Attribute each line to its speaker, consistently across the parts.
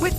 Speaker 1: With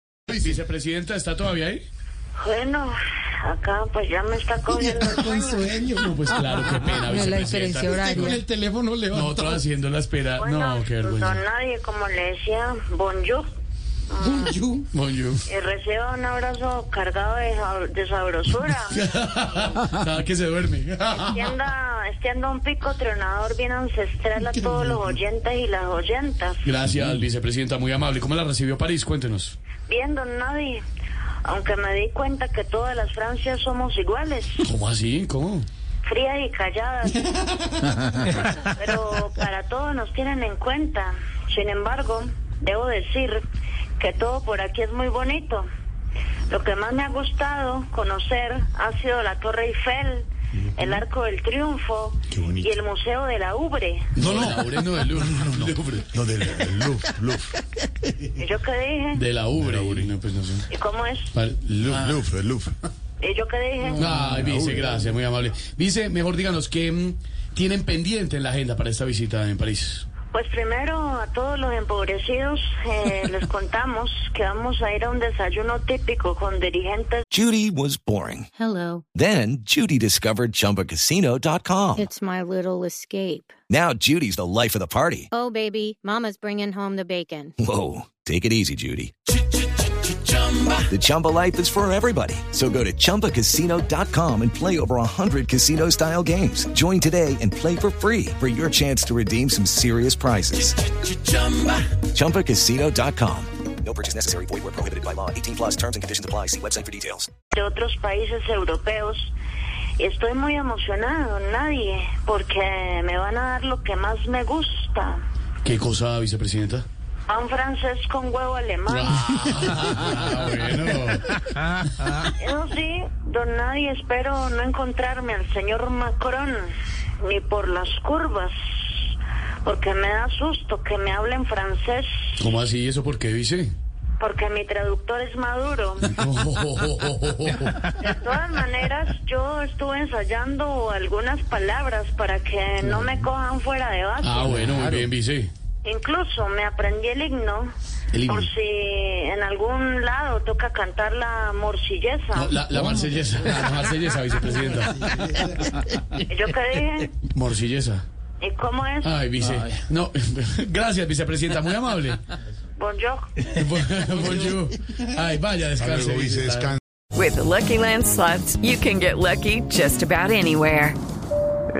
Speaker 2: Vicepresidenta, ¿está todavía ahí?
Speaker 3: Bueno, acá pues ya me está cogiendo el
Speaker 2: Con
Speaker 3: sueño.
Speaker 2: sueño. No, pues claro, qué pena,
Speaker 4: Ah. la
Speaker 2: vicepresidenta.
Speaker 4: diferencia horaria.
Speaker 2: Usted con el teléfono le No, otra haciendo la espera.
Speaker 3: Bueno,
Speaker 2: no, qué
Speaker 3: pues,
Speaker 2: vergüenza.
Speaker 3: don nadie, como le decía, bonjour.
Speaker 2: Bonjour.
Speaker 3: Y reciba un abrazo cargado de, sab- de sabrosura.
Speaker 2: Nada que se duerme.
Speaker 3: Este anda, este anda un pico tronador bien ancestral a todos los oyentes y las oyentas.
Speaker 2: Gracias, vicepresidenta, muy amable. ¿Cómo la recibió París? Cuéntenos.
Speaker 3: Bien, don nadie. Aunque me di cuenta que todas las Francias somos iguales,
Speaker 2: ¿Cómo así? ¿Cómo?
Speaker 3: frías y calladas. Pero para todos nos tienen en cuenta. Sin embargo, debo decir que todo por aquí es muy bonito. Lo que más me ha gustado conocer ha sido la Torre Eiffel, el Arco del Triunfo y el Museo de la Ubre.
Speaker 2: No, no. Laure, no, del Louvre. Louvre.
Speaker 5: No, del del Louvre, Louvre,
Speaker 3: ¿Y yo qué dije?
Speaker 2: De la Ubre. No, pues no sé.
Speaker 3: ¿Y cómo es?
Speaker 2: Pal- Louvre.
Speaker 5: Louvre, el Louvre.
Speaker 3: ¿Y yo qué dije?
Speaker 2: Ay, vice, gracias, muy amable. Vice, mejor díganos qué mm, tienen pendiente en la agenda para esta visita en París.
Speaker 3: Pues primero a todos los empobrecidos eh, les contamos que vamos a ir a un desayuno típico con dirigentes
Speaker 6: Judy was boring.
Speaker 7: Hello,
Speaker 6: Then Judy discovered ChumbaCasino.com.
Speaker 7: it's my little escape.
Speaker 6: Now Judy's the life of the party.
Speaker 7: Oh, baby, Mama's bringing home the bacon.
Speaker 6: Whoa, take it easy, Judy. The Chumba life is for everybody. So go to ChumbaCasino.com and play over 100 casino style games. Join today and play for free for your chance to redeem some serious prizes. ChumbaCasino.com. No purchase necessary. Void where prohibited by law. 18 plus terms and conditions apply. See website for details.
Speaker 3: de otros países europeos. Estoy muy emocionado, nadie, porque me van a dar lo que más me gusta.
Speaker 2: ¿Qué cosa, vicepresidenta?
Speaker 3: Pan francés con huevo alemán.
Speaker 2: Ah, bueno.
Speaker 3: Eso sí, don nadie, espero no encontrarme al señor Macron, ni por las curvas, porque me da susto que me hable en francés,
Speaker 2: ¿Cómo así? ¿Eso por qué, vice?
Speaker 3: porque mi traductor es maduro.
Speaker 2: Ah,
Speaker 3: De todas maneras, yo estuve ensayando algunas palabras para que no me cojan fuera de base.
Speaker 2: Ah, bueno, muy bien, vice.
Speaker 3: Incluso me aprendí el himno,
Speaker 2: El himno.
Speaker 3: por si en algún lado toca cantar la morcillesa.
Speaker 2: No, la, la marsellesa, la marsellesa, vicepresidenta.
Speaker 3: ¿Yo qué dije?
Speaker 2: Morcillesa.
Speaker 3: ¿Y cómo es?
Speaker 2: Ay, vice. No, gracias, vicepresidenta, muy amable.
Speaker 3: Bonjour.
Speaker 2: Bonjour. Ay, vaya, descanse.
Speaker 5: Luego dice
Speaker 2: vice.
Speaker 5: descansa.
Speaker 1: With Lucky Land slots, you can get lucky just about anywhere.